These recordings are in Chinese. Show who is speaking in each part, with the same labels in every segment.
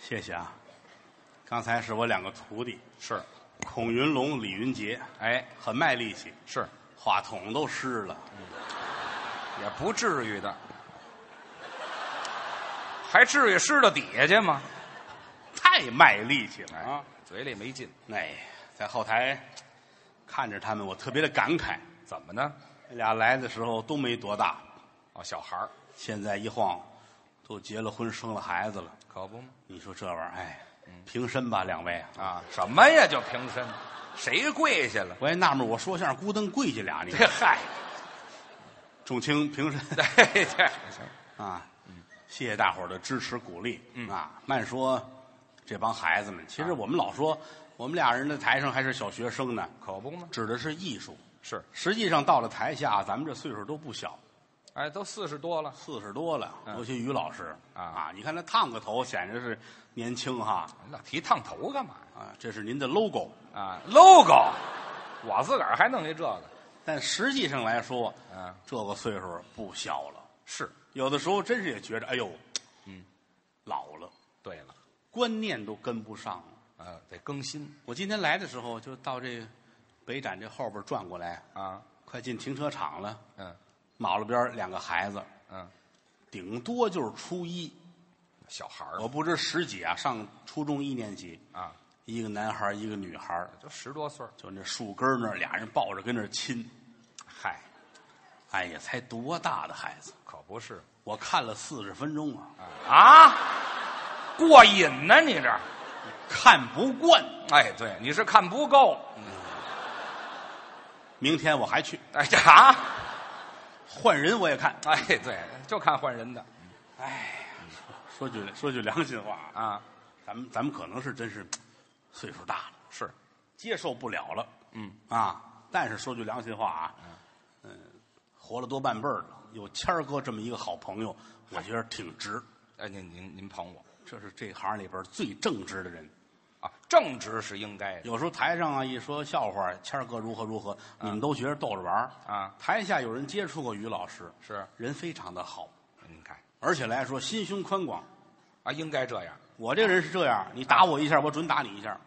Speaker 1: 谢谢啊。刚才是我两个徒弟，是孔云龙、李云杰，
Speaker 2: 哎，
Speaker 1: 很卖力气，
Speaker 2: 是，
Speaker 1: 话筒都湿了。
Speaker 2: 也不至于的，还至于湿到底下去吗？
Speaker 1: 太卖力气了啊
Speaker 2: 啊！，嘴里没劲，
Speaker 1: 哎，在后台看着他们，我特别的感慨。
Speaker 2: 怎么呢？
Speaker 1: 这俩来的时候都没多大，
Speaker 2: 哦，小孩儿
Speaker 1: 现在一晃都结了婚，生了孩子了。
Speaker 2: 可不吗？
Speaker 1: 你说这玩意儿，哎，
Speaker 2: 嗯
Speaker 1: 平身吧，两位。
Speaker 2: 啊，什么呀？就平身，谁跪下了？
Speaker 1: 我也纳闷，我说相声咕噔跪下俩，你
Speaker 2: 这嗨，
Speaker 1: 重轻平身
Speaker 2: 对对，
Speaker 1: 啊！谢谢大伙儿的支持鼓励
Speaker 2: 嗯
Speaker 1: 啊！慢说这帮孩子们，其
Speaker 2: 啊
Speaker 1: 实我们老说我们俩人在台上还是小学生呢，
Speaker 2: 可不吗？
Speaker 1: 指的是艺术。
Speaker 2: 是，
Speaker 1: 实际上到了台下，啊咱们这岁数都不小，
Speaker 2: 哎，都四十多了，
Speaker 1: 四十多了，
Speaker 2: 嗯
Speaker 1: 尤其于老师
Speaker 2: 啊
Speaker 1: 你看他烫个头，显然是年轻哈
Speaker 2: 老提烫头干嘛
Speaker 1: 啊，
Speaker 2: 呀？
Speaker 1: 这是您的 logo。
Speaker 2: 啊，logo，我自个儿还弄一这个，
Speaker 1: 但实际上来说，
Speaker 2: 嗯，
Speaker 1: 这个岁数不小了，
Speaker 2: 是，
Speaker 1: 有的时候真是也觉着，哎呦，嗯，老了，
Speaker 2: 对了，
Speaker 1: 观念都跟不上了。
Speaker 2: 呃，得更新
Speaker 1: 我今天来的时候就到这北展这后边转过来，
Speaker 2: 啊，
Speaker 1: 快进停车场了，
Speaker 2: 嗯
Speaker 1: 马路边儿两个孩子，
Speaker 2: 嗯，
Speaker 1: 顶多就是初一，
Speaker 2: 小孩儿
Speaker 1: 我不知十几啊，上初中一年级，
Speaker 2: 啊，
Speaker 1: 一个男孩儿一个女孩儿
Speaker 2: 就十多岁儿
Speaker 1: 就那树根儿那儿，俩人抱着跟那儿亲。
Speaker 2: 嗨，
Speaker 1: 哎呀，才多大的孩子！
Speaker 2: 可不是
Speaker 1: 我看了四十分钟啊，
Speaker 2: 啊，过瘾呢、你这，
Speaker 1: 看不惯。
Speaker 2: 哎，对，你是看不够，
Speaker 1: 明天我还去
Speaker 2: 哎呀，啊
Speaker 1: 换人，我也看。
Speaker 2: 哎，对，就看换人的
Speaker 1: 说句说句良心话啊，
Speaker 2: 啊，
Speaker 1: 咱们咱们可能是真是岁数大了，
Speaker 2: 是，
Speaker 1: 接受不了了
Speaker 2: 嗯，
Speaker 1: 啊。但是说句良心话啊，嗯、活了多半辈儿了，有谦儿哥这么一个好朋友，我觉得挺值。
Speaker 2: 哎，您您您捧我
Speaker 1: 这是这行里边最正直的人。
Speaker 2: 啊，正直是应该的，
Speaker 1: 有时候台上啊一说笑话，谦儿哥如何如何，你们都觉得逗着玩儿
Speaker 2: 啊
Speaker 1: 台下有人接触过于老师，
Speaker 2: 是，
Speaker 1: 人非常的好，
Speaker 2: 您看
Speaker 1: 而且来说心胸宽广。
Speaker 2: 啊，应该这样，
Speaker 1: 我这个人是这样，你打我一下，我准打你一下。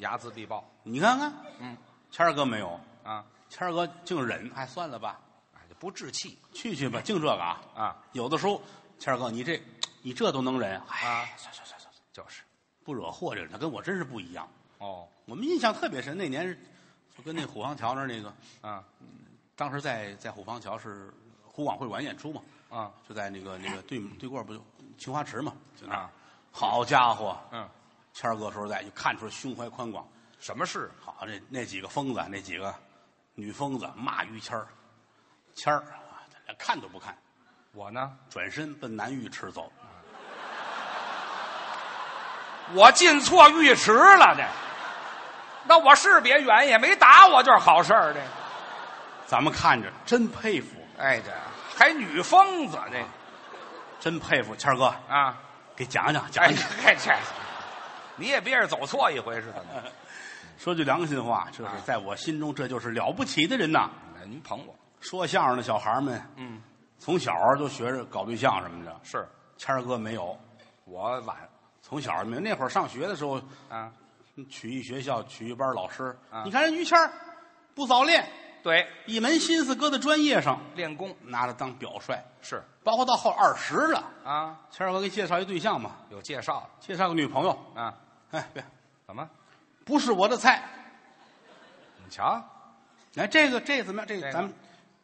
Speaker 2: 睚眦必报
Speaker 1: 你看看，
Speaker 2: 嗯，
Speaker 1: 谦儿哥没有，
Speaker 2: 啊，
Speaker 1: 谦儿哥净忍，哎，算了吧，
Speaker 2: 哎，就不置气
Speaker 1: 去去吧，净这个啊。
Speaker 2: 啊
Speaker 1: 有的时候，谦儿哥，你这你这都能忍，哎，
Speaker 2: 啊，算算算算，就是，
Speaker 1: 不惹祸这人，他跟我真是不一样。
Speaker 2: 哦，
Speaker 1: 我们印象特别深，那年是就跟那虎坊桥那儿那个，
Speaker 2: 啊
Speaker 1: 当时在在虎坊桥是湖广会馆演出嘛，
Speaker 2: 啊
Speaker 1: 就在那个那个对对过儿不就青花池嘛，就那儿
Speaker 2: 啊。
Speaker 1: 好家伙，
Speaker 2: 嗯，
Speaker 1: 谦儿哥说实在，就看出胸怀宽广。
Speaker 2: 什么事？
Speaker 1: 好，这那几个疯子，那几个女疯子骂于谦儿，谦儿啊看都不看，
Speaker 2: 我呢？
Speaker 1: 转身奔南浴池走。
Speaker 2: 我进错浴池了，这。那我是别远，也没打我，就是好事儿。这，
Speaker 1: 咱们看着真佩服，
Speaker 2: 哎，这还女疯子这
Speaker 1: 真佩服，谦儿哥
Speaker 2: 啊！
Speaker 1: 给讲讲
Speaker 2: 哎
Speaker 1: 讲讲。，
Speaker 2: 这这，你也别是走错一回是怎么
Speaker 1: 说句良心话，这是在我心中这就是了不起的人呐。
Speaker 2: 着？您捧我，
Speaker 1: 说相声的小孩儿们，
Speaker 2: 嗯，
Speaker 1: 从小就学着搞对象什么的。
Speaker 2: 是
Speaker 1: 谦儿哥没有，
Speaker 2: 我晚
Speaker 1: 从小没有。那会儿上学的时候，
Speaker 2: 啊，
Speaker 1: 曲艺学校曲艺班老师，
Speaker 2: 啊
Speaker 1: 你看人于谦儿不早恋，
Speaker 2: 对，
Speaker 1: 一门心思搁在专业上，
Speaker 2: 练功
Speaker 1: 拿着当表率。
Speaker 2: 是
Speaker 1: 包括到后二十了，
Speaker 2: 啊，
Speaker 1: 谦儿哥给介绍一对象嘛，
Speaker 2: 有介绍了
Speaker 1: 介绍个女朋友。
Speaker 2: 啊？
Speaker 1: 哎，别，
Speaker 2: 怎么？
Speaker 1: 不是我的菜。
Speaker 2: 你瞧，啊
Speaker 1: 哎，这个这个怎么样？这
Speaker 2: 这个
Speaker 1: 咱们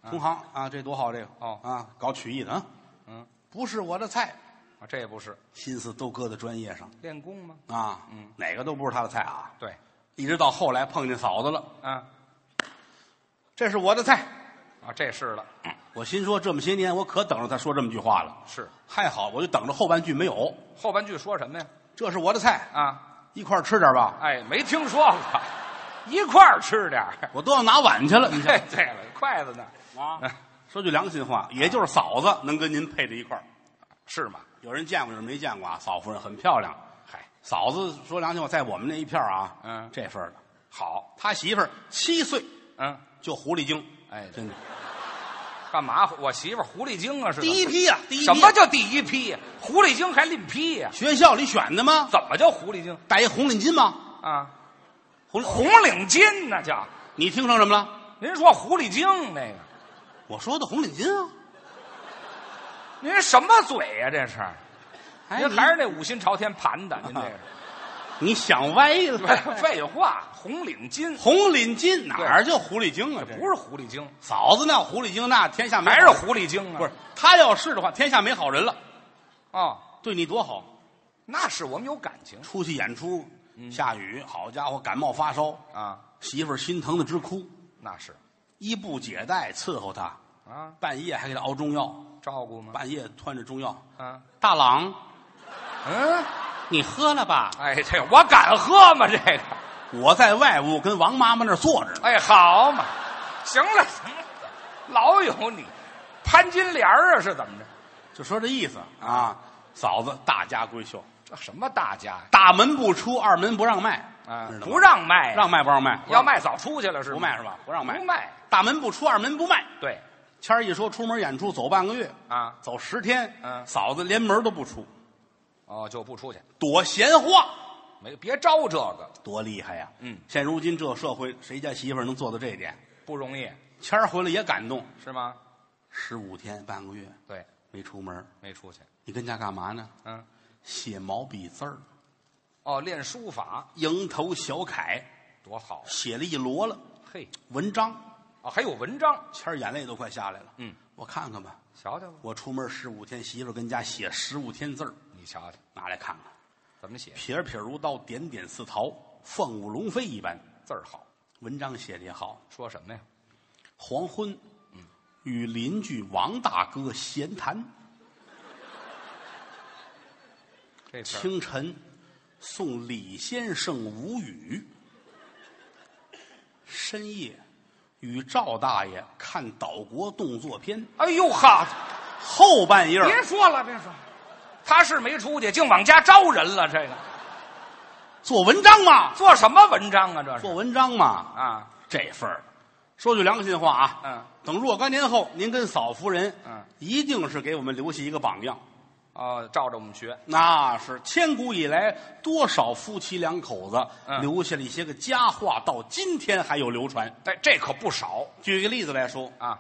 Speaker 1: 同行啊，这多好，这个
Speaker 2: 哦
Speaker 1: 啊，搞曲艺的啊，
Speaker 2: 嗯，
Speaker 1: 不是我的菜，
Speaker 2: 啊这也不是
Speaker 1: 心思都搁在专业上
Speaker 2: 练功吗？
Speaker 1: 啊，
Speaker 2: 嗯，
Speaker 1: 哪个都不是他的菜啊。
Speaker 2: 对，
Speaker 1: 一直到后来碰见嫂子了，
Speaker 2: 啊
Speaker 1: 这是我的菜。
Speaker 2: 啊，这是了，
Speaker 1: 我心说这么些年，我可等着他说这么句话了。
Speaker 2: 是
Speaker 1: 还好，我就等着后半句没有。
Speaker 2: 后半句说什么呀？
Speaker 1: 这是我的菜，
Speaker 2: 啊，
Speaker 1: 一块儿吃点吧。
Speaker 2: 哎，没听说过，一块儿吃点儿。
Speaker 1: 我都要拿碗去了。你
Speaker 2: 对对了，筷子呢？
Speaker 1: 啊，说句良心话，也就是嫂子能跟您配在一块儿。
Speaker 2: 是吗？
Speaker 1: 有人见过，有人没见过啊。嫂夫人很漂亮，
Speaker 2: 嗨，
Speaker 1: 嫂子说良心话，在我们那一片儿啊，
Speaker 2: 嗯
Speaker 1: 这份儿的。
Speaker 2: 好，
Speaker 1: 他媳妇儿七岁
Speaker 2: 嗯，
Speaker 1: 就狐狸精，
Speaker 2: 哎
Speaker 1: 真的
Speaker 2: 干嘛？我媳妇儿狐狸精啊，是怎么
Speaker 1: 第一批呀、第一批
Speaker 2: 什么叫第一批呀？狐狸精还另批呀？
Speaker 1: 学校里选的吗？
Speaker 2: 怎么叫狐狸精
Speaker 1: 戴一红领巾吗？
Speaker 2: 啊？
Speaker 1: 红
Speaker 2: 红领巾那叫。
Speaker 1: 你听成什么了？
Speaker 2: 您说狐狸精那个，
Speaker 1: 我说的红领巾啊。
Speaker 2: 您什么嘴呀、这是，
Speaker 1: 哎，
Speaker 2: 您还是那五心朝天盘的， 您这个。
Speaker 1: 你你想 歪了。
Speaker 2: 废话，红领巾
Speaker 1: 红领巾哪儿叫狐狸精啊？这
Speaker 2: 不是狐狸精，
Speaker 1: 嫂子那狐狸精那天下没好
Speaker 2: 还
Speaker 1: 人
Speaker 2: 是狐狸精啊？
Speaker 1: 不是他要是的话，天下没好人了。
Speaker 2: 哦，
Speaker 1: 对你多好，
Speaker 2: 那是我们有感情
Speaker 1: 出去演出，
Speaker 2: 嗯
Speaker 1: 下雨，好家伙，感冒发烧，
Speaker 2: 啊，
Speaker 1: 媳妇儿心疼的直哭，
Speaker 2: 那是
Speaker 1: 衣不解带伺候他，
Speaker 2: 啊，
Speaker 1: 半夜还给他熬中药，
Speaker 2: 照顾吗？
Speaker 1: 半夜穿着中药，
Speaker 2: 啊，
Speaker 1: 大郎，
Speaker 2: 嗯，
Speaker 1: 你喝了吧？
Speaker 2: 哎，这我敢喝吗？这个，
Speaker 1: 我在外屋跟王妈妈那儿坐着呢，
Speaker 2: 哎，好嘛，行了行了，老有你，潘金莲儿啊是怎么着？
Speaker 1: 就说这意思啊。嫂子大家闺秀，
Speaker 2: 这啊什么大家呀？
Speaker 1: 大门不出，二门不让卖，
Speaker 2: 啊
Speaker 1: 知，道吗
Speaker 2: 不让卖呀，啊
Speaker 1: 让卖不让卖？
Speaker 2: 要卖早出去了是吗
Speaker 1: 不卖是吧？不让卖
Speaker 2: 不，卖，
Speaker 1: 大门不出，二门不卖。
Speaker 2: 对
Speaker 1: 谦儿一说出门演出走半个月，
Speaker 2: 啊，
Speaker 1: 走十天，
Speaker 2: 嗯
Speaker 1: 嫂子连门都不出，
Speaker 2: 哦就不出去，
Speaker 1: 躲闲话，
Speaker 2: 没别招这个，
Speaker 1: 多厉害呀！
Speaker 2: 嗯，
Speaker 1: 现如今这社会，谁家媳妇儿能做到这一点？
Speaker 2: 不容易
Speaker 1: 谦儿回来也感动，
Speaker 2: 是吗？
Speaker 1: 十五天半个月
Speaker 2: 对，
Speaker 1: 没出门，
Speaker 2: 没出去，
Speaker 1: 你跟家干嘛呢？
Speaker 2: 嗯，
Speaker 1: 写毛笔字儿，
Speaker 2: 哦，练书法
Speaker 1: 蝇头小楷
Speaker 2: 多好，
Speaker 1: 写了一摞了
Speaker 2: 嘿，
Speaker 1: 文章，
Speaker 2: 哦，还有文章，
Speaker 1: 谦儿眼泪都快下来了。
Speaker 2: 嗯，
Speaker 1: 我看看吧，
Speaker 2: 瞧瞧吧，
Speaker 1: 我出门十五天，媳妇儿跟家写十五天字儿，
Speaker 2: 你瞧瞧
Speaker 1: 拿来看看，
Speaker 2: 怎么写，
Speaker 1: 撇撇如刀，点点似桃，凤舞龙飞一般。
Speaker 2: 字儿好，
Speaker 1: 文章写的也好。
Speaker 2: 说什么呀？
Speaker 1: 黄昏，与邻居王大哥闲谈。
Speaker 2: 这词儿
Speaker 1: 清晨，送李先生吴语。深夜，与赵大爷看岛国动作片。
Speaker 2: 哎呦哈，
Speaker 1: 后半夜儿，
Speaker 2: 别说了，别说了，他是没出去，竟往家招人了，这个
Speaker 1: 做文章嘛，
Speaker 2: 做什么文章啊？这是
Speaker 1: 做文章嘛，
Speaker 2: 啊，
Speaker 1: 这份儿，说句良心话啊，
Speaker 2: 嗯，
Speaker 1: 等若干年后，您跟嫂夫人，
Speaker 2: 嗯，
Speaker 1: 一定是给我们留下一个榜样。
Speaker 2: 哦，照着我们学，
Speaker 1: 那是千古以来多少夫妻两口子
Speaker 2: 嗯
Speaker 1: 留下了一些个佳话，到今天还有流传。
Speaker 2: 但这可不少
Speaker 1: 举个例子来说，
Speaker 2: 啊，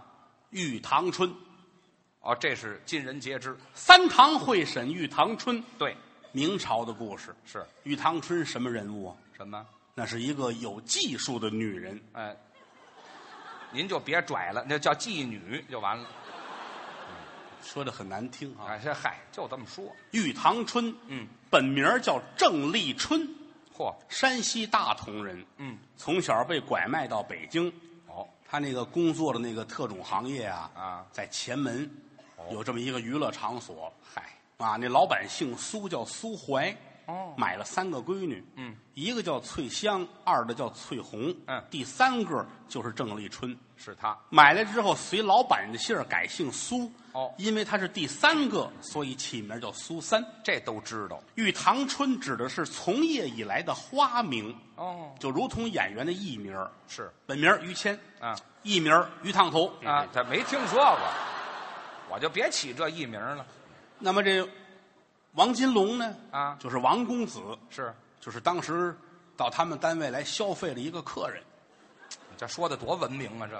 Speaker 1: 玉堂春，
Speaker 2: 哦，这是尽人皆知，
Speaker 1: 三堂会审玉堂春，
Speaker 2: 对，
Speaker 1: 明朝的故事。
Speaker 2: 是
Speaker 1: 玉堂春什么人物啊？
Speaker 2: 什么？
Speaker 1: 那是一个有技术的女人，
Speaker 2: 哎，您就别拽了，那叫妓女就完了。
Speaker 1: 说的很难听啊。
Speaker 2: 哎，这嗨，就这么说。
Speaker 1: 玉堂春，
Speaker 2: 嗯，
Speaker 1: 本名叫郑立春，
Speaker 2: 嚯，
Speaker 1: 山西大同人，
Speaker 2: 嗯，
Speaker 1: 从小被拐卖到北京，
Speaker 2: 哦，
Speaker 1: 他那个工作的那个特种行业啊，
Speaker 2: 啊
Speaker 1: 在前门
Speaker 2: 哦
Speaker 1: 有这么一个娱乐场所
Speaker 2: 嗨，
Speaker 1: 啊，那老板姓苏，叫苏怀，
Speaker 2: 哦，
Speaker 1: 买了三个闺女，
Speaker 2: 嗯，
Speaker 1: 一个叫翠香，二的叫翠红，
Speaker 2: 嗯
Speaker 1: 第三个就是郑立春。
Speaker 2: 是他，
Speaker 1: 买来之后，随老板的姓儿改姓苏，
Speaker 2: 哦
Speaker 1: 因为他是第三个，所以起名叫苏三。
Speaker 2: 这都知道。
Speaker 1: 玉堂春指的是从业以来的花名，
Speaker 2: 哦，
Speaker 1: 就如同演员的艺名儿，
Speaker 2: 是
Speaker 1: 本名儿于谦，
Speaker 2: 啊
Speaker 1: 艺名儿于烫头
Speaker 2: 啊，他没听说过，我就别起这艺名了
Speaker 1: 那么这王金龙呢？
Speaker 2: 啊
Speaker 1: 就是王公子，
Speaker 2: 是，
Speaker 1: 就是当时到他们单位来消费了一个客人。
Speaker 2: 你这说的多文明啊！这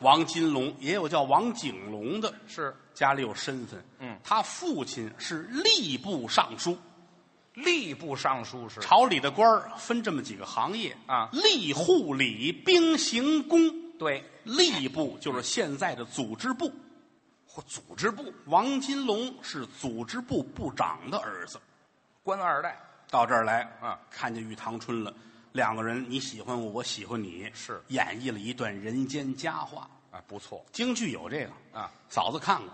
Speaker 1: 王金龙也有叫王景龙的，
Speaker 2: 是
Speaker 1: 家里有身份。
Speaker 2: 嗯，
Speaker 1: 他父亲是吏部尚书，
Speaker 2: 吏部尚书是
Speaker 1: 朝里的官儿分这么几个行业
Speaker 2: 啊
Speaker 1: 吏、护理、兵、刑、工。
Speaker 2: 对
Speaker 1: 吏部就是现在的组织部，
Speaker 2: 或组织部
Speaker 1: 王金龙是组织部部长的儿子。
Speaker 2: 官二代
Speaker 1: 到这儿来，
Speaker 2: 嗯，
Speaker 1: 看见玉堂春了，两个人你喜欢我，我喜欢你，
Speaker 2: 是
Speaker 1: 演绎了一段人间佳话。
Speaker 2: 啊，不错
Speaker 1: 京剧有这个，
Speaker 2: 啊
Speaker 1: 嫂子看过，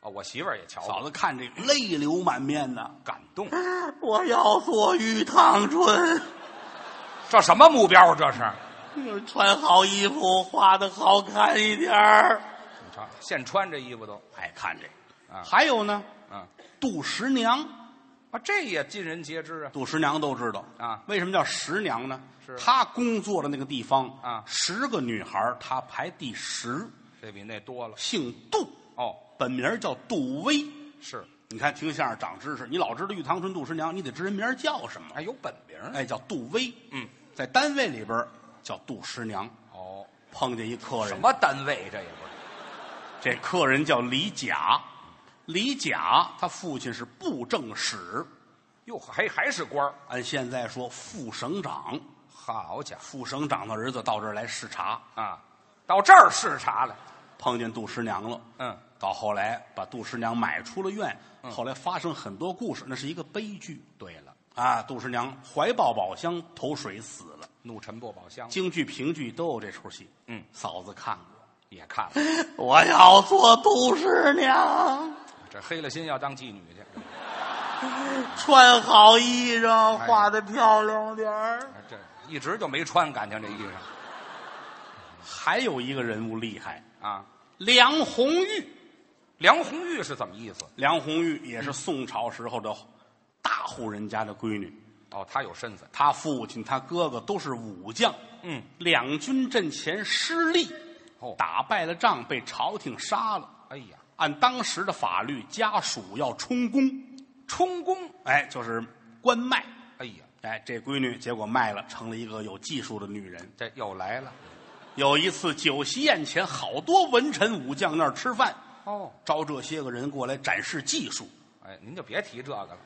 Speaker 2: 啊！我媳妇儿也瞧
Speaker 1: 嫂子看这个泪流满面呐。
Speaker 2: 感动，
Speaker 1: 我要做玉堂春，
Speaker 2: 这什么目标啊？这是
Speaker 1: 穿好衣服，画的好看一点儿。
Speaker 2: 你瞧，现穿这衣服都
Speaker 1: 爱看这个，
Speaker 2: 啊
Speaker 1: 还有呢，
Speaker 2: 啊
Speaker 1: 杜十娘，
Speaker 2: 啊，这也尽人皆知啊
Speaker 1: 杜十娘都知道
Speaker 2: 啊
Speaker 1: 为什么叫十娘呢？
Speaker 2: 是
Speaker 1: 她工作的那个地方
Speaker 2: 啊
Speaker 1: 十个女孩儿她排第十，
Speaker 2: 这比那多了。
Speaker 1: 姓杜，
Speaker 2: 哦，
Speaker 1: 本名叫杜威。
Speaker 2: 是，
Speaker 1: 你看听相声长知识，你老知道玉堂春、杜十娘，你得知人名叫什么？
Speaker 2: 还有本名。
Speaker 1: 哎，叫杜威。
Speaker 2: 嗯，
Speaker 1: 在单位里边儿叫杜十娘。
Speaker 2: 哦，
Speaker 1: 碰见一客人，
Speaker 2: 什么单位这也不是？
Speaker 1: 这客人叫李甲，李甲他父亲是布政使，
Speaker 2: 哟，还还是官儿
Speaker 1: 按现在说副省长。
Speaker 2: 好家
Speaker 1: 副省长的儿子到这儿来视察，
Speaker 2: 伙啊，到这儿视察了。
Speaker 1: 碰见杜十娘了。
Speaker 2: 嗯，
Speaker 1: 到后来把杜十娘买出了院，后来发生很多故事，那是一个悲剧
Speaker 2: 对了，
Speaker 1: 啊！杜十娘怀抱宝箱投水死了，
Speaker 2: 怒沉不宝箱
Speaker 1: 京剧、评剧都有这出戏。
Speaker 2: 嗯，
Speaker 1: 嫂子看过，
Speaker 2: 也看了，
Speaker 1: 我要做杜十娘，
Speaker 2: 这黑了心要当妓女去。
Speaker 1: 穿好衣裳，
Speaker 2: 哎
Speaker 1: 的漂亮点儿。
Speaker 2: 哎这一直就没穿，感情这衣裳
Speaker 1: 还有一个人物厉害，
Speaker 2: 啊。
Speaker 1: 梁红玉。
Speaker 2: 梁红玉是怎么意思？
Speaker 1: 梁红玉也是宋朝时候的大户人家的闺女，
Speaker 2: 哦，她有身份。
Speaker 1: 她父亲、她哥哥都是武将。
Speaker 2: 嗯，
Speaker 1: 两军阵前失利，
Speaker 2: 哦
Speaker 1: 打败了仗，被朝廷杀了。
Speaker 2: 哎呀，
Speaker 1: 按当时的法律，家属要充公，
Speaker 2: 充公。
Speaker 1: 哎，就是官卖。
Speaker 2: 哎呀，
Speaker 1: 哎，这闺女结果卖了，成了一个有技术的女人。
Speaker 2: 这又来了。
Speaker 1: 有一次酒席宴前，好多文臣武将那儿吃饭，
Speaker 2: 哦，
Speaker 1: 招这些个人过来展示技术。
Speaker 2: 哎，您就别提这个了。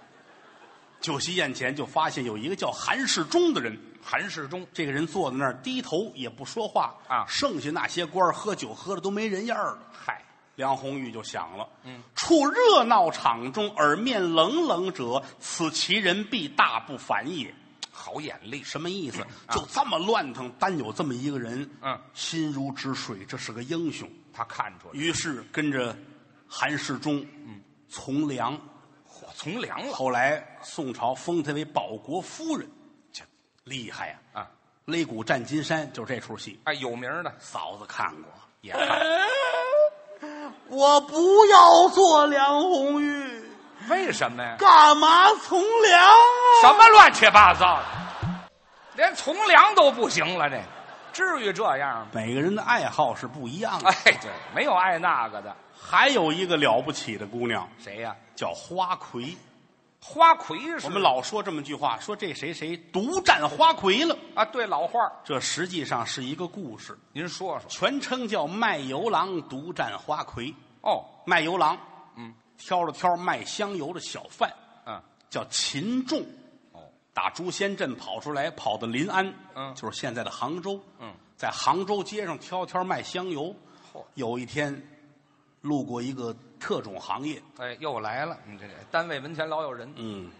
Speaker 1: 酒席宴前就发现有一个叫韩世忠的人，
Speaker 2: 韩世忠
Speaker 1: 这个人坐在那儿低头也不说话
Speaker 2: 啊
Speaker 1: 剩下那些官儿喝酒喝的都没人样儿了。
Speaker 2: 嗨，
Speaker 1: 梁红玉就想了，嗯，处热闹场中，耳面冷冷者，此其人必大不凡也。
Speaker 2: 好眼力。
Speaker 1: 什么意思？就这么乱腾，单有这么一个人，
Speaker 2: 嗯，
Speaker 1: 心如止水，这是个英雄。
Speaker 2: 他看出来，
Speaker 1: 于是跟着韩世忠，嗯，从良。
Speaker 2: 嚯，从良了。
Speaker 1: 后来宋朝封她为保国夫人，
Speaker 2: 这
Speaker 1: 厉害呀、
Speaker 2: 啊，
Speaker 1: 擂鼓战金山就是这出戏，
Speaker 2: 哎，有名儿的
Speaker 1: 嫂子看过。
Speaker 2: 也看。
Speaker 1: 我不要做梁红玉，
Speaker 2: 为什么呀？
Speaker 1: 干嘛从良啊？
Speaker 2: 什么乱七八糟的，连从良都不行了，这至于这样吗？
Speaker 1: 每个人的爱好是不一样的。
Speaker 2: 哎，对，没有爱那个的。
Speaker 1: 啊还有一个了不起的姑娘
Speaker 2: 谁呀、
Speaker 1: 叫花魁，
Speaker 2: 花魁是
Speaker 1: 我们老说这么句话，说这谁谁独占花魁了。
Speaker 2: 啊，对老话儿
Speaker 1: 这实际上是一个故事，
Speaker 2: 您说说
Speaker 1: 全称叫卖油郎独占花魁。
Speaker 2: 哦，
Speaker 1: 卖油郎，
Speaker 2: 嗯，
Speaker 1: 挑了挑卖香油的小贩，
Speaker 2: 嗯，
Speaker 1: 叫秦仲，
Speaker 2: 哦，
Speaker 1: 打朱仙镇跑出来，跑到临安，
Speaker 2: 嗯
Speaker 1: 就是现在的杭州，
Speaker 2: 嗯，
Speaker 1: 在杭州街上挑挑卖香油
Speaker 2: 嚯。
Speaker 1: 有一天，路过一个特种行业，
Speaker 2: 哎，又来了，你这这单位门前老有人，
Speaker 1: 嗯，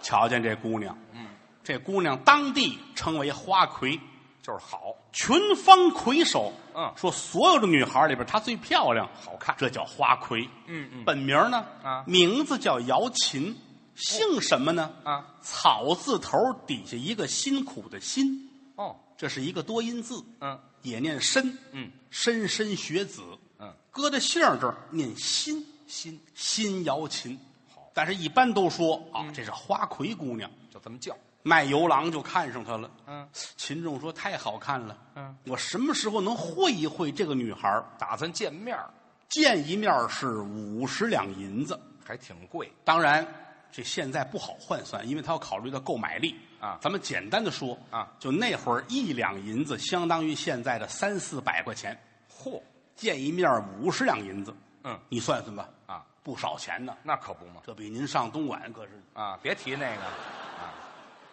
Speaker 1: 瞧见这姑娘，嗯，这姑娘当地称为花魁，
Speaker 2: 就是好，
Speaker 1: 群芳魁首，
Speaker 2: 嗯
Speaker 1: 说所有的女孩里边她最漂亮，
Speaker 2: 好看
Speaker 1: 这叫花魁。
Speaker 2: 嗯嗯
Speaker 1: 本名呢？
Speaker 2: 啊哎
Speaker 1: 名字叫姚琴，姓什么呢？
Speaker 2: 啊，
Speaker 1: 草字头底下一个辛苦的辛，
Speaker 2: 哦，
Speaker 1: 这是一个多音字，
Speaker 2: 嗯
Speaker 1: 也念申，
Speaker 2: 嗯，
Speaker 1: 莘莘学子，
Speaker 2: 嗯，
Speaker 1: 搁在姓儿这儿念辛，
Speaker 2: 心
Speaker 1: 辛姚琴。
Speaker 2: 好，嗯
Speaker 1: 但是一般都说啊，这是花魁姑娘。
Speaker 2: 就这么叫，
Speaker 1: 卖油郎就看上她了。
Speaker 2: 嗯，
Speaker 1: 秦仲说太好看了。
Speaker 2: 嗯，
Speaker 1: 我什么时候能会一会这个女孩儿？
Speaker 2: 打算见面儿
Speaker 1: 见一面是五十两银子，
Speaker 2: 还挺贵，
Speaker 1: 当然这现在不好换算，因为他要考虑到购买力
Speaker 2: 啊
Speaker 1: 咱们简单的说
Speaker 2: 啊，
Speaker 1: 就那会儿一两银子相当于现在的三四百块钱，
Speaker 2: 嚯，
Speaker 1: 见一面五十两银子，
Speaker 2: 嗯
Speaker 1: 你算算吧，
Speaker 2: 啊，
Speaker 1: 不少钱呢。
Speaker 2: 那可不嘛，
Speaker 1: 这比您上东莞可是
Speaker 2: 啊，别提那个啊，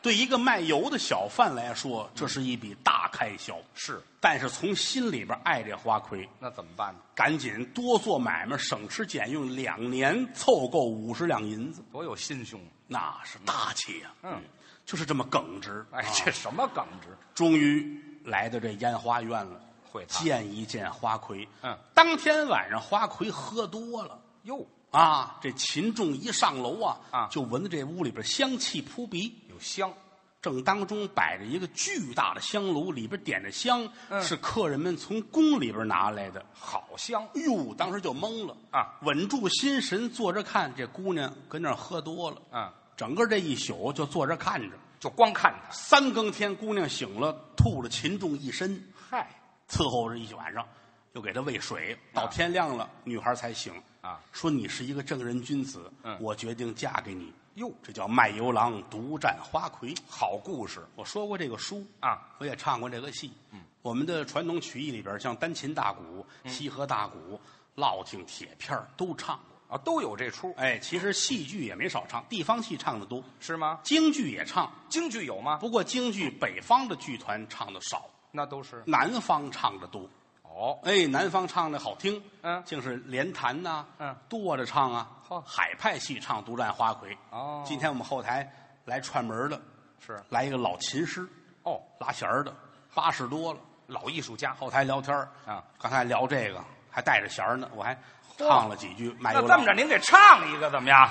Speaker 1: 对一个卖油的小贩来说，这是一笔大开销。
Speaker 2: 是，
Speaker 1: 但是从心里边爱这花魁，
Speaker 2: 那怎么办呢？
Speaker 1: 赶紧多做买卖，省吃俭用，两年凑够五十两银子，
Speaker 2: 多有心胸，
Speaker 1: 那是大气呀、
Speaker 2: 嗯，
Speaker 1: 就是这么耿直。
Speaker 2: 哎
Speaker 1: 啊，
Speaker 2: 这什么耿直，
Speaker 1: 终于来到这烟花院了，
Speaker 2: 会他
Speaker 1: 见一见花魁。
Speaker 2: 嗯，
Speaker 1: 当天晚上花魁喝多了
Speaker 2: 哟，
Speaker 1: 啊，这秦仲一上楼啊，
Speaker 2: 啊
Speaker 1: 就闻着这屋里边香气扑鼻。
Speaker 2: 有香，
Speaker 1: 正当中摆着一个巨大的香炉，里边点着香，
Speaker 2: 嗯
Speaker 1: 是客人们从宫里边拿来的。
Speaker 2: 好香，
Speaker 1: 哎呦，当时就懵了
Speaker 2: 啊！
Speaker 1: 稳住心神，坐着看，这姑娘跟那儿喝多了，
Speaker 2: 啊，
Speaker 1: 整个这一宿就坐着看着。
Speaker 2: 就光看他，
Speaker 1: 三更天，姑娘醒了，吐了秦仲一身，
Speaker 2: 嗨，
Speaker 1: 伺候着一晚上。又给她喂水，到天亮了，女孩才醒。
Speaker 2: 啊，
Speaker 1: 说你是一个正人君子，
Speaker 2: 嗯
Speaker 1: 我决定嫁给你。
Speaker 2: 哟，
Speaker 1: 这叫卖油郎独占花魁。
Speaker 2: 好故事
Speaker 1: 我说过这个书
Speaker 2: 啊，
Speaker 1: 我也唱过这个戏。嗯，我们的传统曲艺里边，像单琴大鼓、
Speaker 2: 嗯
Speaker 1: 西河大鼓、烙挺、铁片儿都唱过。
Speaker 2: 啊，都有这出
Speaker 1: 哎，其实戏剧也没少唱，地方戏唱的多，
Speaker 2: 是吗？
Speaker 1: 京剧也唱，
Speaker 2: 京剧有吗？
Speaker 1: 不过京剧北方的剧团唱的少，
Speaker 2: 那都是
Speaker 1: 南方唱的多。
Speaker 2: 哦，
Speaker 1: 哎，南方唱的好听，
Speaker 2: 嗯
Speaker 1: 竟是连弹呐、
Speaker 2: 嗯，
Speaker 1: 剁着唱啊，
Speaker 2: 嚯
Speaker 1: 海派戏唱独占花魁。
Speaker 2: 哦
Speaker 1: 今天我们后台来串门的，
Speaker 2: 是
Speaker 1: 来一个老琴师，
Speaker 2: 哦，
Speaker 1: 拉弦儿的，八十多了，
Speaker 2: 老艺术家
Speaker 1: 后台聊天儿
Speaker 2: 啊，
Speaker 1: 刚才聊这个还带着弦儿呢，我还唱了几句《卖
Speaker 2: 那
Speaker 1: 油
Speaker 2: 这
Speaker 1: 郎
Speaker 2: 么着，您给唱一个怎么样？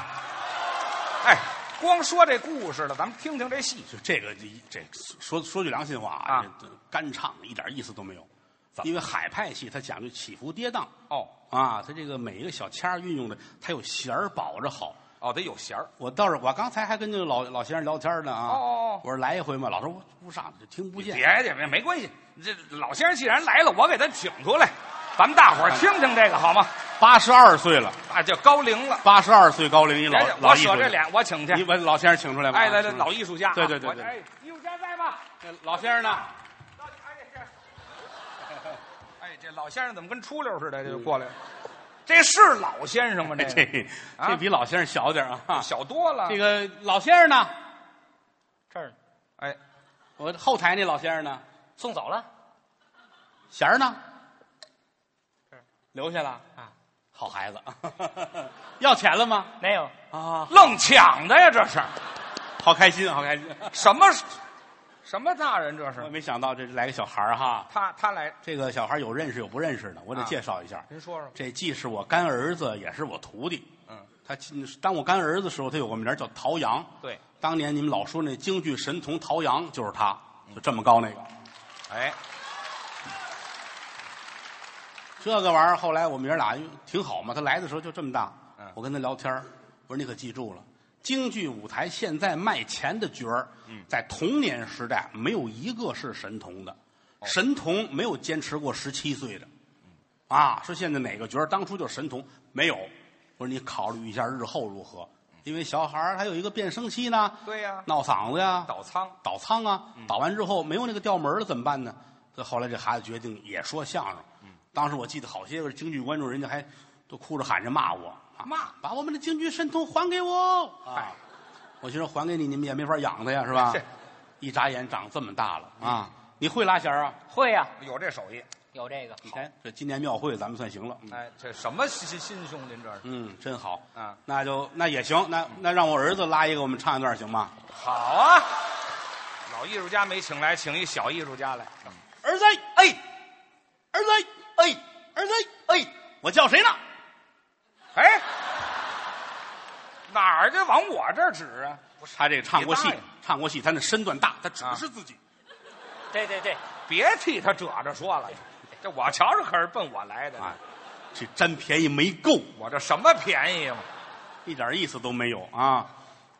Speaker 2: 哎，光说这故事了，咱们听听这戏
Speaker 1: 就这个这这说说句良心话
Speaker 2: 啊，
Speaker 1: 这干唱一点意思都没有，
Speaker 2: 怎么
Speaker 1: 因为海派戏它讲究起伏跌宕
Speaker 2: 哦
Speaker 1: 啊，它这个每一个小腔儿运用的，它有弦儿保着好。
Speaker 2: 哦，得有弦儿
Speaker 1: 我倒是，我刚才还跟这个老老先生聊天呢啊。
Speaker 2: 哦哦哦
Speaker 1: 我说来一回嘛，老头说不上，就听不见。
Speaker 2: 别别别，没关系。这老先生既然来了，我给他请出来，咱们大伙儿
Speaker 1: 哎
Speaker 2: 听听这个好吗？
Speaker 1: 八十二岁了，
Speaker 2: 啊，叫高龄了。
Speaker 1: 八十二岁高龄一老
Speaker 2: 哎呀
Speaker 1: 老
Speaker 2: 我
Speaker 1: 艺术
Speaker 2: 舍
Speaker 1: 家
Speaker 2: 这，脸，我请去
Speaker 1: 你。把老先生请出来吧。
Speaker 2: 哎，来来，
Speaker 1: 嗯
Speaker 2: 老艺术家啊，
Speaker 1: 对对对
Speaker 2: 我
Speaker 1: 对
Speaker 2: 哎，艺术家在吗？
Speaker 1: 呃老先生呢？
Speaker 2: 到底哎这 哎，这老先生怎么跟出溜似的这就过来了？这是老先生吗？
Speaker 1: 哎，
Speaker 2: 这
Speaker 1: 这
Speaker 2: 啊
Speaker 1: 这比老先生小点儿啊。
Speaker 2: 小多了。
Speaker 1: 这个老先生呢？
Speaker 3: 这儿
Speaker 2: 哎，
Speaker 1: 我后台那老先生呢？
Speaker 3: 送走了，
Speaker 1: 弦儿呢
Speaker 3: 这儿？
Speaker 1: 留下了
Speaker 3: 啊？
Speaker 1: 好孩子， 要钱了吗？
Speaker 3: 没有，
Speaker 1: 啊，
Speaker 2: 愣抢的呀，这是
Speaker 1: 好开心，好开心！
Speaker 2: 什么什么大人？这
Speaker 1: 我
Speaker 2: 是
Speaker 1: 没想到这来个小孩儿哈，
Speaker 2: 他他来，
Speaker 1: 这个小孩儿有认识有不认识的，我得
Speaker 2: 啊
Speaker 1: 介绍一下。
Speaker 2: 您说说。
Speaker 1: 这既是我干儿子，也是我徒弟。
Speaker 2: 嗯，
Speaker 1: 他亲当我干儿子的时候，他有个名儿叫陶阳。
Speaker 2: 对，
Speaker 1: 当年你们老说那京剧神童陶阳就是他，就这么高那个。
Speaker 2: 哎，
Speaker 1: 这个玩意儿后来我们爷俩哎挺好嘛，他来的时候就这么大。
Speaker 2: 嗯
Speaker 1: 我跟他聊天儿我说你可记住了，京剧舞台现在卖钱的角儿，在童年时代没有一个是神童的，神童没有坚持过十七岁的。啊，说现在哪个角儿当初就是神童没有？我说你考虑一下日后如何，因为小孩儿还有一个变声期呢，
Speaker 2: 对呀，
Speaker 1: 闹嗓子呀，
Speaker 2: 倒仓
Speaker 1: 倒仓啊，倒完之后没有那个调门儿了怎么办呢？这后来这孩子决定也说相声。当时我记得好些个京剧观众，人家还都哭着喊着骂我，啊
Speaker 2: 骂
Speaker 1: 把我们的京剧神童还给我！
Speaker 2: 嗨
Speaker 1: 啊，我心说还给你，你们也没法养他呀，是吧
Speaker 2: 是？
Speaker 1: 一眨眼长这么大了啊！你会拉弦儿啊？
Speaker 3: 会呀、
Speaker 2: 有这手艺。
Speaker 3: 有这个
Speaker 1: 你看这今年庙会咱们算行了。
Speaker 2: 哎，这什么心心胸？您这是
Speaker 1: 嗯，真好
Speaker 2: 啊！
Speaker 1: 那就那也行，那那让我儿子拉一个，我们唱一段行吗？
Speaker 2: 好啊！老艺术家没请来，请一小艺术家来。
Speaker 1: 儿子，哎，儿子，哎，儿子，哎，我叫谁呢？
Speaker 2: 哎，哪儿就往我这儿指啊？
Speaker 1: 他这个唱过戏
Speaker 2: 你大爷，
Speaker 1: 唱过戏，他那身段大，他指
Speaker 2: 啊
Speaker 1: 是自己。
Speaker 3: 对对对，
Speaker 2: 别替他褶着说了，这我瞧着可是奔我来的，
Speaker 1: 啊这占便宜没够，
Speaker 2: 我这什么便宜嘛？
Speaker 1: 一点意思都没有啊！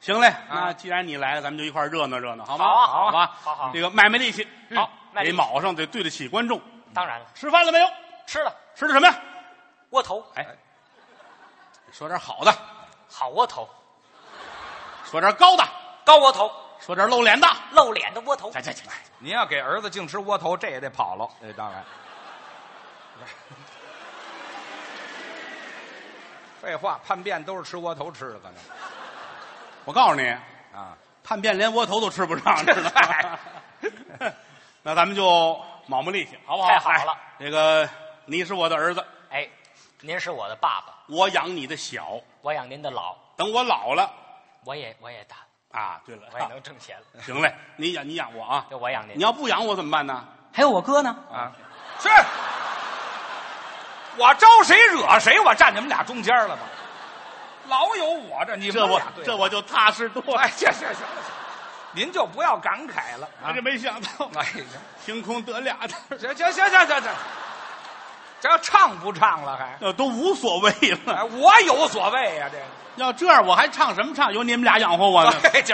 Speaker 1: 行嘞，那既然你来了，咱们就一块儿热闹热闹，好吗？
Speaker 3: 啊好啊
Speaker 1: 好吧，
Speaker 3: 好好
Speaker 1: 这个卖卖力气，
Speaker 3: 嗯卖力
Speaker 1: 得
Speaker 3: 气
Speaker 1: 卯上，得对得起观众。
Speaker 3: 当然了，
Speaker 1: 吃饭了没有？
Speaker 3: 吃了
Speaker 1: 吃的什么呀？
Speaker 3: 窝头，
Speaker 1: 哎，说点好的，
Speaker 3: 好窝头，
Speaker 1: 说点高的，
Speaker 3: 高窝头，
Speaker 1: 说点露脸的。
Speaker 3: 露脸的窝头
Speaker 1: 这，这这，哎
Speaker 2: 您要给儿子净吃窝头，这也得跑了。哎，当然。 废话，叛变都是吃窝头吃的，可能
Speaker 1: 我告诉你，
Speaker 2: 啊。
Speaker 1: 叛变连窝头都吃不上， 知道吗
Speaker 2: 嗨？
Speaker 1: 那咱们就卯磨力气，好不好？
Speaker 3: 太好了
Speaker 1: 哎这个你是我的儿子，
Speaker 3: 哦哎，您是我的爸爸，
Speaker 1: 我养你的小，
Speaker 3: 我养您的老，
Speaker 1: 等我老了
Speaker 3: 我也我也大，
Speaker 1: 啊，对了，
Speaker 3: 我也能挣钱 了，
Speaker 1: 行嘞，你养你养我啊，
Speaker 3: 就我养您
Speaker 1: 嗯你。要不养我怎么办呢？
Speaker 3: 还有我哥呢，
Speaker 2: 啊，是，我招谁惹谁，我站你们俩中间了吧？老有我这，你们
Speaker 1: 这我
Speaker 2: 俩对
Speaker 1: 这我就踏实多了
Speaker 2: 哎，，行行行行，您就不要感慨了啊
Speaker 1: 这！没想 到
Speaker 2: 哎呀，
Speaker 1: 凭空得俩字儿，
Speaker 2: 行行行行行行，这要唱不唱了还？
Speaker 1: 这都无所谓
Speaker 2: 哎，
Speaker 1: 了。
Speaker 2: 我有所谓呀、这
Speaker 1: 要这样我还唱什么唱？有你们俩养活我呢。
Speaker 2: 个，哎这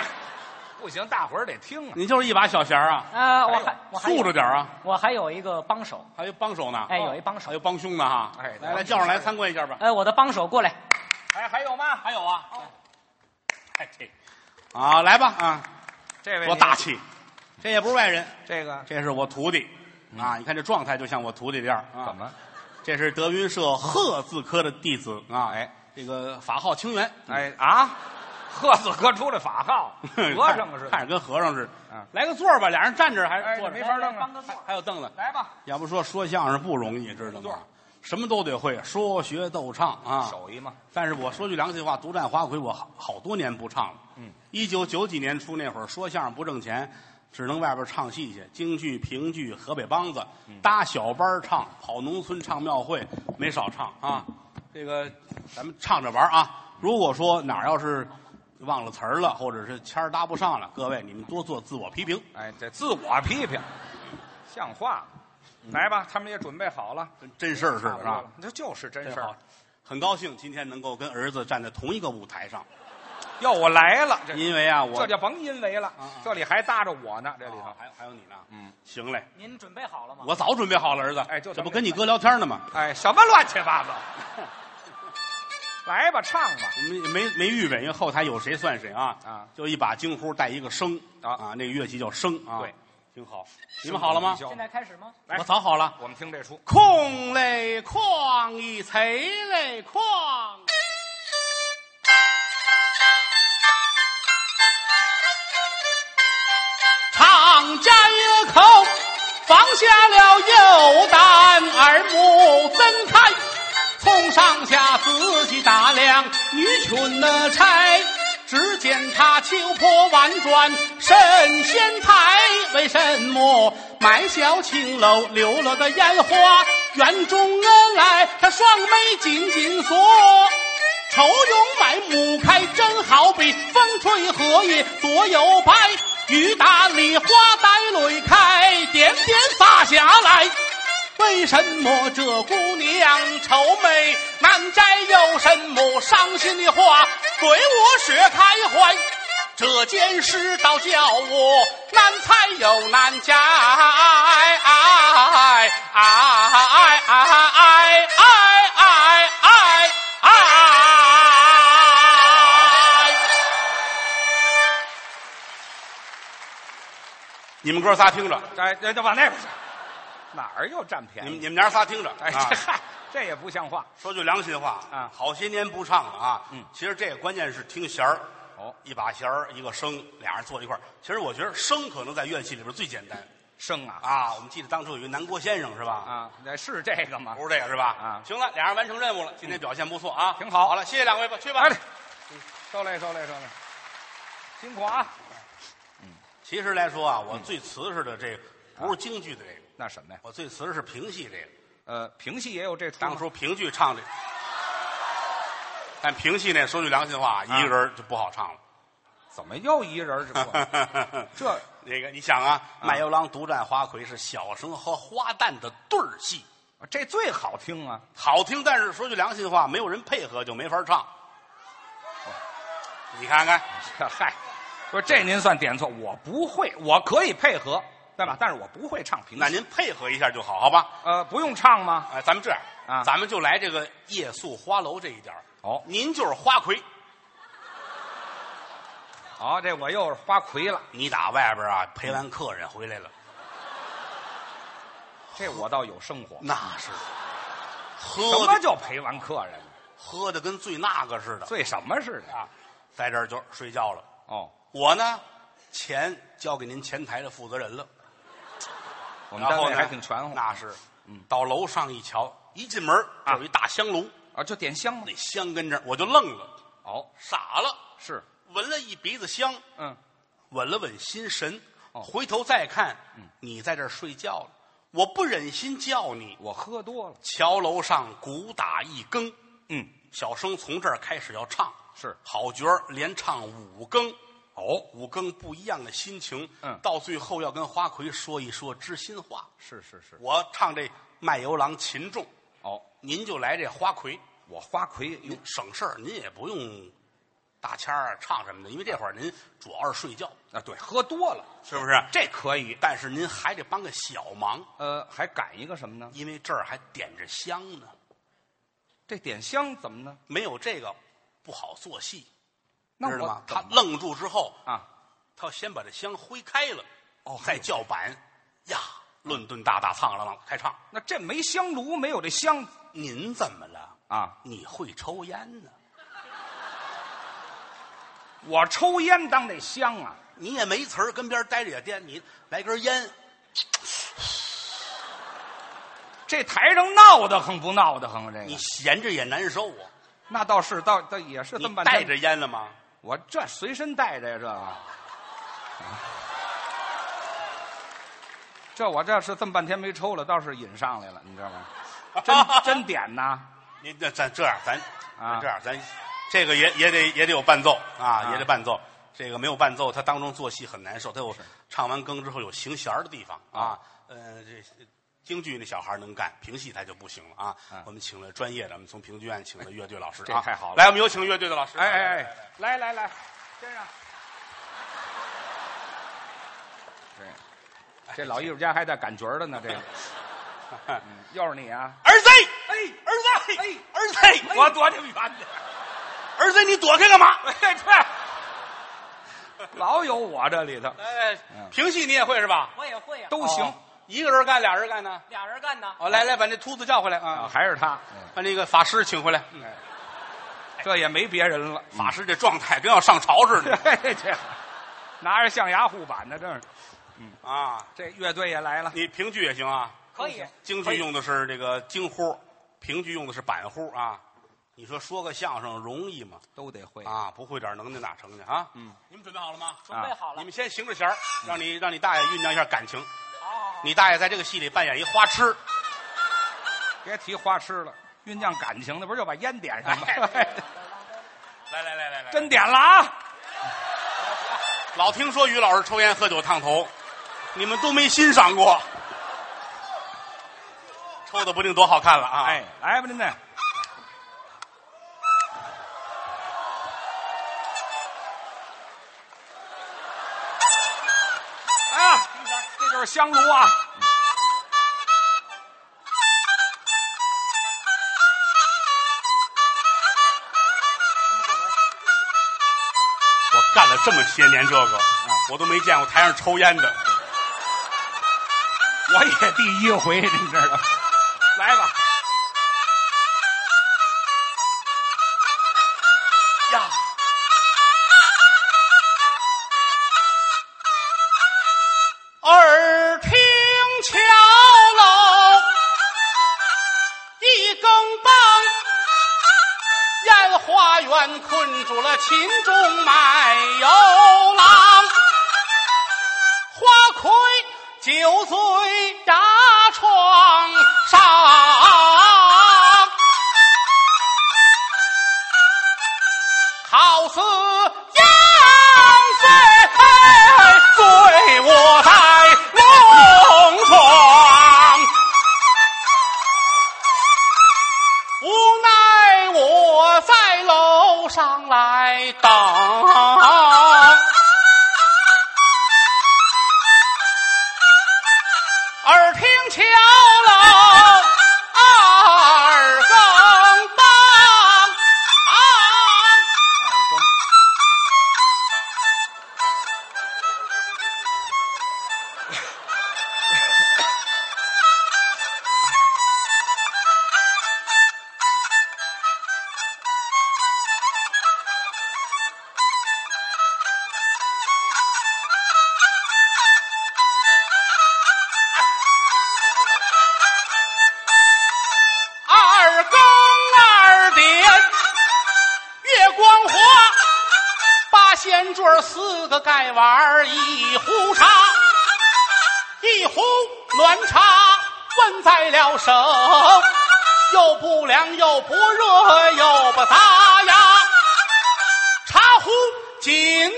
Speaker 2: 不行，大伙儿得听啊。
Speaker 1: 你就是一把小弦儿啊，
Speaker 3: 啊，我
Speaker 2: 还有
Speaker 3: 还我还有
Speaker 1: 竖着点儿啊，
Speaker 3: 我还有一个帮手，
Speaker 1: 还有帮手呢，
Speaker 3: 哎，有一帮
Speaker 1: 还
Speaker 3: 手
Speaker 1: 有，帮凶呢哈，
Speaker 2: 哎
Speaker 1: 来来叫上来参观一下吧。
Speaker 3: 哎，我的帮手过来，
Speaker 2: 哎，还有吗？
Speaker 1: 还有啊，哎这，啊来吧啊，
Speaker 2: 这位
Speaker 1: 多大气，这也不是外人，
Speaker 2: 你？这个
Speaker 1: 这是我徒弟啊，你看这状态就像我徒弟这样啊。
Speaker 2: 怎么？
Speaker 1: 这是德云社贺字科的弟子啊，哎，这个法号清源，
Speaker 2: 哎啊，贺子哥出来法号，和尚似的。
Speaker 1: 哎 看着跟和尚似的。
Speaker 2: 啊
Speaker 1: 来个座儿吧，俩人站着还
Speaker 2: 哎
Speaker 1: 是坐着，
Speaker 2: 没法弄
Speaker 3: 帮
Speaker 2: 了
Speaker 3: 个。座
Speaker 1: 还有凳子。
Speaker 2: 来吧，
Speaker 1: 要不说说相声不容易，知道
Speaker 2: 座儿
Speaker 1: 吗？什么都得会，说学逗唱啊。
Speaker 2: 手艺嘛，
Speaker 1: 但是我说句良心话，独占花魁我好好多年不唱了。
Speaker 2: 嗯，
Speaker 1: 一九九几年初那会儿，说相声不挣钱，只能外边唱戏去，京剧、评剧、河北梆子，
Speaker 2: 嗯
Speaker 1: 搭小班儿唱，跑农村唱庙会，没少唱啊。这个咱们唱着玩儿啊。如果说哪儿要是忘了词儿了，或者是腔儿搭不上了，各位你们多做自我批评，
Speaker 2: 哎，这自我批评，像话吗？
Speaker 1: 嗯
Speaker 2: 来吧，他们也准备好了，
Speaker 1: 跟真事儿似的，是吧？？
Speaker 2: 这就是真
Speaker 1: 真
Speaker 2: 事
Speaker 1: 好
Speaker 2: 儿。，
Speaker 1: 很高兴今天能够跟儿子站在同一个舞台上，
Speaker 2: 要我来了，这
Speaker 1: 因为啊，我
Speaker 2: 这就甭因为了
Speaker 1: 啊啊，
Speaker 2: 这里还搭着我呢，这里头
Speaker 1: 啊。还有还有你呢，
Speaker 2: 嗯，
Speaker 1: 行嘞。
Speaker 3: 您准备好了吗？
Speaker 1: 我早准备好了，儿子。
Speaker 2: 哎就咱们
Speaker 1: 这不跟你哥聊天呢吗？
Speaker 2: 哎，什么乱七八糟？来吧，唱吧。
Speaker 1: 我们没没预备，因为后台有谁算谁啊。
Speaker 2: 啊，
Speaker 1: 就一把京胡带一个笙
Speaker 2: 啊
Speaker 1: 那个乐器叫笙啊。
Speaker 2: 对，
Speaker 1: 挺好。你们好了吗？
Speaker 2: 生
Speaker 3: 现在开始吗？
Speaker 2: 来
Speaker 1: 我早好了。
Speaker 2: 我们听这出，
Speaker 1: 空嘞哐，一贼嘞哐。厂家一口放下了右胆，耳目睁开，从上下仔细打量女裙的钗。只见她秋波婉转神仙态，为什么买小青楼流落的烟花园中而来？她双眉紧紧锁。愁容满目开，真好比风吹荷叶左右摆，雨打梨花带泪开，点点洒下来。为什么这姑娘愁眉难摘？有什么伤心的话对我说开怀？这件事倒叫我难猜又难解。你们哥仨听着，
Speaker 2: 哎，这就往那边去。哪儿又占便
Speaker 1: 你们
Speaker 2: 宜？
Speaker 1: 你们娘仨听着，
Speaker 2: 哎，
Speaker 1: 啊
Speaker 2: 这嗨，这也不像话。
Speaker 1: 说句良心话
Speaker 2: 啊
Speaker 1: 好些年不唱了啊。
Speaker 2: 嗯
Speaker 1: 其实这个关键是听弦儿，
Speaker 2: 哦，
Speaker 1: 一把弦儿一个笙，俩人坐一块儿。其实我觉得笙可能在乐器里边最简单
Speaker 2: 生啊
Speaker 1: 啊。我们记得当初有一个南郭先生是吧？
Speaker 2: 啊，那是这个吗？
Speaker 1: 不是这个是吧？
Speaker 2: 啊嗯
Speaker 1: 行了，俩人完成任务了，今天表现不错啊，
Speaker 2: 挺好
Speaker 1: 好了，谢谢两位吧，去吧
Speaker 2: 哎。，
Speaker 1: 嗯
Speaker 2: 受累受累受累，辛苦啊。
Speaker 1: 其实来说啊，
Speaker 2: 嗯
Speaker 1: 我最瓷实的这个不是京剧的这个，
Speaker 2: 那什么呀？
Speaker 1: 我最瓷实是评戏这个。
Speaker 2: 呃，评戏也有这出吗
Speaker 1: 当初评剧唱的，但评戏那说句良心
Speaker 2: 啊
Speaker 1: 话，一个人就不好唱了。
Speaker 2: 怎么又一人儿这不 这嗯
Speaker 1: 那个，你想啊，卖油郎独占花魁是小生和花旦的对儿戏，
Speaker 2: 这最好听啊！
Speaker 1: 好听，但是说句良心话，没有人配合就没法唱。你看看，
Speaker 2: 这嗨，不是这您算点错，我不会，我可以配合，对吧？但是我不会唱评
Speaker 1: 嗯那
Speaker 2: 戏。
Speaker 1: 您配合一下就好，好吧？
Speaker 2: 呃，不用唱吗？
Speaker 1: 哎，咱们这样
Speaker 2: 啊
Speaker 1: 咱们就来这个夜宿花楼这一点儿
Speaker 2: 哦
Speaker 1: 您就是花魁，
Speaker 2: 好、这我又是花魁了，
Speaker 1: 你打外边啊陪完客人回来了，
Speaker 2: 这我倒有生活。
Speaker 1: 那是
Speaker 2: 什
Speaker 1: 喝
Speaker 2: 么
Speaker 1: 的
Speaker 2: 叫陪完客人？
Speaker 1: 喝的跟醉那个似的
Speaker 2: 最什么似的？
Speaker 1: 啊，在这儿就睡觉了。
Speaker 2: 哦，
Speaker 1: 我呢，钱交给您前台的负责人了。
Speaker 2: 我们
Speaker 1: 然
Speaker 2: 单
Speaker 1: 后
Speaker 2: 位
Speaker 1: 呢
Speaker 2: 还挺全乎
Speaker 1: 那是，到楼上一瞧，一进门
Speaker 2: 啊
Speaker 1: 有一大香炉，
Speaker 2: 啊，就点香吗？
Speaker 1: 那香跟这儿，我就愣了，
Speaker 2: 哦，
Speaker 1: 傻了，
Speaker 2: 是，
Speaker 1: 闻了一鼻子香，
Speaker 2: 嗯，
Speaker 1: 稳了稳心神，
Speaker 2: 哦嗯
Speaker 1: 回头再看，你在这儿睡觉了，我不忍心叫你。
Speaker 2: 我喝多了，
Speaker 1: 桥楼上鼓打一更，
Speaker 2: 嗯，
Speaker 1: 小生从这儿开始要唱，
Speaker 2: 是
Speaker 1: 好角儿连唱五更。
Speaker 2: 哦，
Speaker 1: 五更不一样的心情，
Speaker 2: 嗯
Speaker 1: 到最后要跟花魁说一说知心话。
Speaker 2: 是是是，
Speaker 1: 我唱这卖油郎秦仲，
Speaker 2: 哦，
Speaker 1: 您就来这花魁，
Speaker 2: 我花魁，哟
Speaker 1: 您省事儿，您也不用大谦儿啊唱什么的，因为这会儿您主要是睡觉，
Speaker 2: 啊，对，喝多了，
Speaker 1: 是不是？
Speaker 2: 这可以。
Speaker 1: 但是您还得帮个小忙，
Speaker 2: 呃，还赶一个什么呢？
Speaker 1: 因为这儿还点着香呢，
Speaker 2: 这点香怎么呢？
Speaker 1: 没有这个不好做戏，
Speaker 2: 那
Speaker 1: 知道
Speaker 2: 我
Speaker 1: 吗？
Speaker 2: 怎
Speaker 1: 他
Speaker 2: 么
Speaker 1: 愣住之后，
Speaker 2: 啊，
Speaker 1: 他要先把这香挥开了，
Speaker 2: 哦还
Speaker 1: 再
Speaker 2: 有
Speaker 1: 叫板呀，论顿大大唱了了，开唱。
Speaker 2: 那这没香炉，没有这香
Speaker 1: 您怎么了？
Speaker 2: 啊！
Speaker 1: 你会抽烟呢？
Speaker 2: 我抽烟当这香啊，
Speaker 1: 你也没词儿，跟边儿待着也颠，你来根
Speaker 2: 哎
Speaker 1: 烟，
Speaker 2: 这台上闹得很不闹得很啊？这个
Speaker 1: 你闲着也难受 啊。
Speaker 2: 那倒是，倒倒也是这
Speaker 1: 你
Speaker 2: 么半天
Speaker 1: 带着烟了吗？
Speaker 2: 我这随身带着呀，这个啊 这我这是这么半天没抽了，倒是瘾上来了，你知道吗？真真点呐！
Speaker 1: 你那咱这样，咱
Speaker 2: 啊
Speaker 1: 咱这样，咱这个也也得也得有伴奏啊，
Speaker 2: 啊
Speaker 1: 也得伴奏。这个没有伴奏，他当中做戏很难受。他有唱完更之后有行弦儿的地方啊
Speaker 2: 啊，
Speaker 1: 呃，这京剧那小孩能干，评戏他就不行了啊
Speaker 2: 嗯。
Speaker 1: 我们请了专业的，我们从评剧院请了乐队老师啊，
Speaker 2: 这太好了
Speaker 1: 来，我们有请乐队的老师。
Speaker 2: 哎哎哎，来来来，先生，这这老艺术家还在赶角儿的呢，这个、
Speaker 1: 哎
Speaker 2: 嗯 又是你啊！
Speaker 1: 儿子，
Speaker 2: 哎，
Speaker 1: 儿子，
Speaker 2: 哎
Speaker 1: 儿子，
Speaker 2: 我躲你们远点。
Speaker 1: 儿子，你躲开干嘛？
Speaker 2: 哎，对， 老有我这里头
Speaker 1: 哎
Speaker 2: 嗯，
Speaker 1: 评戏你也会是吧？
Speaker 3: 我也会呀、
Speaker 2: 都行
Speaker 1: 哦，一个人干，俩人干呢？
Speaker 3: 俩人干的。
Speaker 1: 哦，来来，把那秃子叫回来啊
Speaker 2: 啊，！还是他，
Speaker 1: 把那个法师请回来。
Speaker 2: 这也没别人了。
Speaker 1: 法师这状态跟要上朝似 的
Speaker 2: 这这拿着象牙护板呢，这是
Speaker 1: 啊！
Speaker 2: 这乐队也来了。
Speaker 1: 你评剧也行啊，
Speaker 3: 可以
Speaker 1: 京剧用的是这个京呼，评剧用的是板呼啊。你说说个相声容易吗？
Speaker 2: 都得会
Speaker 1: 啊，不会点能耐哪成去啊？嗯，你们准备好了吗？
Speaker 3: 准备好了，
Speaker 1: 你们先行着弦儿让你让你大爷酝酿一下感情。
Speaker 3: 好好好，
Speaker 1: 你大爷在这个戏里扮演一花痴，
Speaker 2: 别提花痴了，酝酿感情的不是就把烟点 上吗？
Speaker 1: 哎来来来来来，
Speaker 2: 真点了啊！
Speaker 1: 老听说于老师抽烟喝酒烫头，你们都没欣赏过，抽的不定多好看了啊！
Speaker 2: 哎，，来吧，您这。啊，这就是香炉啊！
Speaker 1: 我干了这么些年这个，我都没见过台上抽烟的。
Speaker 2: 我也第一回，你知道吗？来吧，
Speaker 1: 呀，耳听桥楼一更半，烟花园困住了秦中卖油郎，花魁酒醉牙床上。好似杨妃醉卧在龙床，无奈我在楼上来等。耳听桥楼二更半。啊二更二点，月光华，八仙桌儿四个盖碗儿一壶茶，一壶暖茶温在了手，又不凉又不热又不杂呀，茶壶紧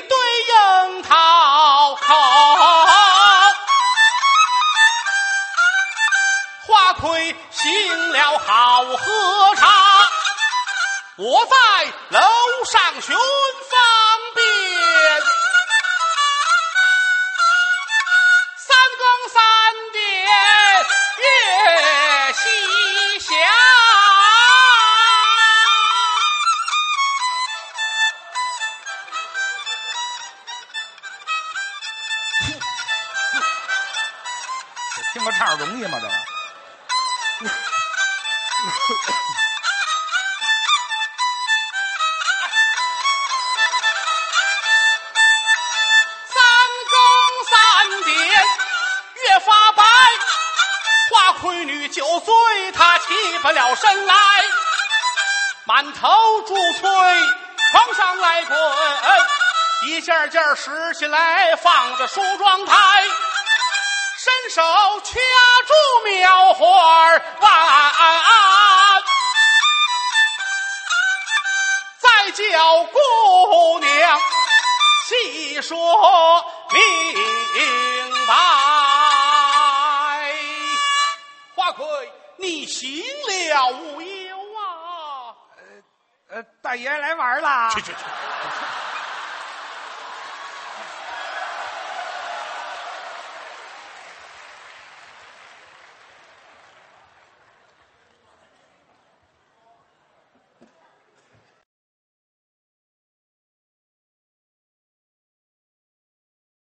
Speaker 1: 对樱桃口。花魁行了好喝茶，我在楼上寻飞
Speaker 2: 听个唱容易吗？这个
Speaker 1: 三更三点，越发白。花魁女九岁，她起不了身来，满头珠翠床上来滚，一件件拾起来放在梳妆台，伸手掐住苗花儿挽。再叫姑娘细说明白。花魁，你行了无忧啊？
Speaker 2: 呃，大爷来玩啦！
Speaker 4: 去去去，